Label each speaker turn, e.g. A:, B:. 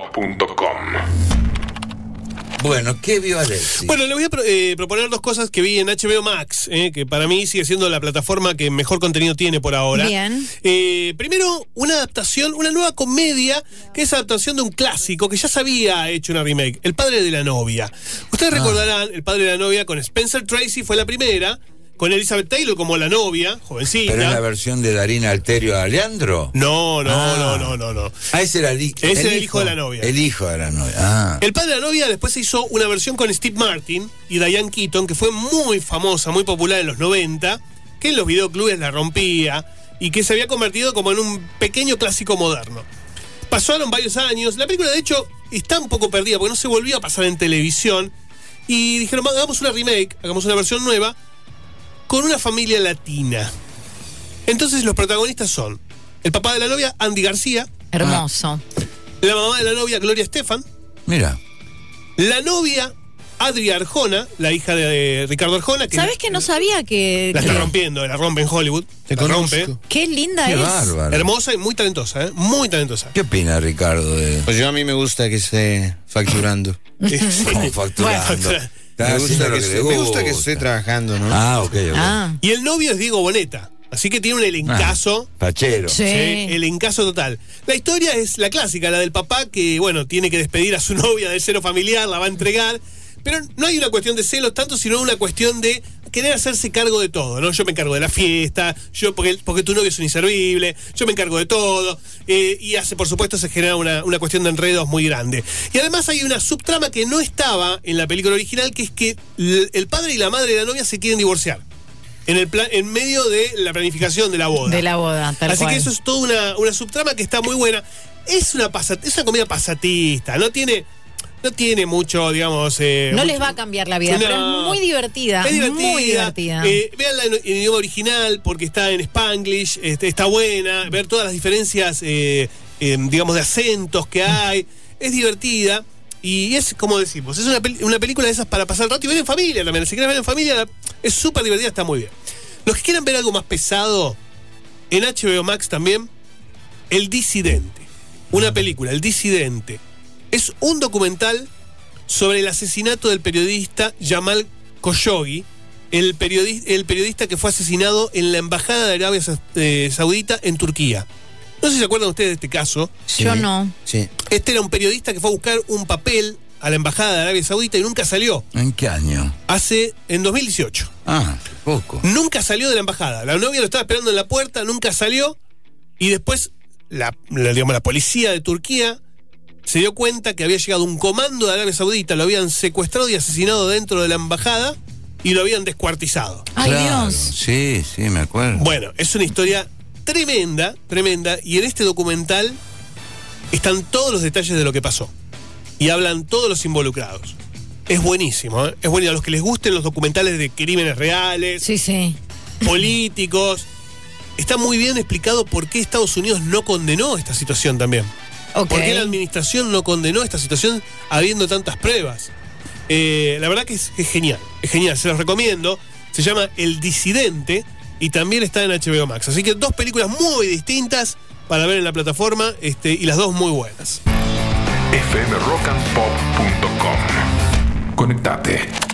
A: fmrockandpop.com
B: Bueno, ¿qué vio Alexis?
C: Bueno, le voy a pro- eh, proponer dos cosas que vi en HBO Max, eh, que para mí sigue siendo la plataforma que mejor contenido tiene por ahora.
D: Bien.
C: Eh, primero, una adaptación, una nueva comedia, que es adaptación de un clásico que ya se había hecho una remake, El padre de la novia.
B: Ah.
C: Ustedes recordarán, El padre de la novia con Spencer Tracy fue la primera, con Elizabeth Taylor como la novia, jovencita.
B: ¿Pero es la versión de Darín Alterio a Leandro?
C: No, no,
B: Ah.
C: no, no, no, no.
B: Ah, ese era el, hi-
C: Ese era el hijo de la novia.
B: El hijo de la novia. Ah.
C: El padre de la novia después se hizo una versión con Steve Martin y Diane Keaton, que fue muy famosa, muy popular en los 90, que en los videoclubes la rompía y que se había convertido como en un pequeño clásico moderno. Pasaron varios años, la película de hecho está un poco perdida porque no se volvió a pasar en televisión y dijeron, "Va, hagamos una remake, hagamos una versión nueva con una familia latina. Entonces los protagonistas son el papá de la novia, Andy García,
D: Hermoso.
C: Ah, la mamá de la novia, Gloria Estefan,
B: Mira.
C: la novia, Adria Arjona, la hija de eh, Ricardo Arjona, que
D: ¿Sabes que no sabía que.
C: la
D: que-
C: está rompiendo, la rompe en Hollywood, se rompe.
D: Qué linda
B: Qué
D: es.
B: bárbaro.
C: Hermosa y muy talentosa, ¿eh? Muy talentosa.
B: ¿Qué opina Ricardo de
E: Pues yo a mí me gusta que esté facturando.
C: Este,
B: cómo facturando?
C: Bueno.
B: Está haciendo
E: Me gusta,
B: Ah, lo
E: que
B: que
E: esté,
B: le
E: me gusta que esté
B: gusta.
E: trabajando, ¿no?
B: Ah, ok, ok. Ah.
D: Ah,
C: Y el novio es Diego Boneta, así que tiene un elencazo.
B: Pachero.
D: sí.
C: Sí, el encaso total. La historia es la clásica, la del papá que, bueno, tiene que despedir a su novia del celo familiar, la va a entregar. Pero no hay una cuestión de celos tanto, sino una cuestión de querer hacerse cargo de todo, ¿no? Yo me encargo de la fiesta, yo porque, porque tu novio es un inservible, yo me encargo de todo. eh, y hace, por supuesto, se genera una, una cuestión de enredos muy grande. Y además hay una subtrama que no estaba en la película original, que es que l- el padre y la madre de la novia se quieren divorciar. En, el pla- en medio de la planificación de la boda.
D: De la boda, tal
C: Así
D: cual.
C: que eso es toda una, una subtrama que está muy buena. Es una pasa- es una comida pasatista, no tiene, no tiene mucho, digamos. eh,
D: No
C: mucho-
D: les va a cambiar la vida, pero
C: No.
D: es muy divertida.
C: Es divertida.
D: Muy divertida.
C: Eh, véanla en, en idioma original porque está en Spanglish, este, está buena, ver todas las diferencias, eh, eh, digamos, de acentos que hay. Es divertida. Y es como decimos, es una, pel- una película de esas para pasar el rato y ver en familia también. Si quieres ver en familia, es súper divertida, está muy bien. Los que quieran ver algo más pesado, en HBO Max también, El Disidente. Una película, El Disidente. Es un documental sobre el asesinato del periodista Jamal Khashoggi, el, periodi- el periodista que fue asesinado en la Embajada de Arabia Sa- eh, Saudita en Turquía. No sé si se acuerdan ustedes de este caso.
E: Sí,
D: Yo no.
E: Sí.
C: Este era un periodista que fue a buscar un papel a la Embajada de Arabia Saudita y nunca salió.
B: ¿En qué año?
C: Hace en 2018.
B: Ah, poco.
C: Nunca salió de la embajada. La novia lo estaba esperando en la puerta, nunca salió. Y después, la, la- digamos, la policía de Turquía se dio cuenta que había llegado un comando de Arabia Saudita, lo habían secuestrado y asesinado dentro de la embajada y lo habían descuartizado.
D: Ay,
B: Claro,
D: Dios.
B: Sí, sí, me acuerdo.
C: Bueno, es una historia tremenda, tremenda. Y en este documental están todos los detalles de lo que pasó. Y hablan todos los involucrados. Es buenísimo, ¿eh? es bueno. Y A los que les gusten los documentales de crímenes reales,
D: Sí, sí.
C: políticos. Está muy bien explicado por qué Estados Unidos no condenó esta situación también.
D: Ok.
C: ¿Por qué la administración no condenó esta situación habiendo tantas pruebas? Eh, la verdad que es, que es genial, es genial, se los recomiendo. Se llama El Disidente y también está en HBO Max. Así que dos películas muy distintas para ver en la plataforma este, y las dos muy buenas.
A: fmrockandpop.com Conectate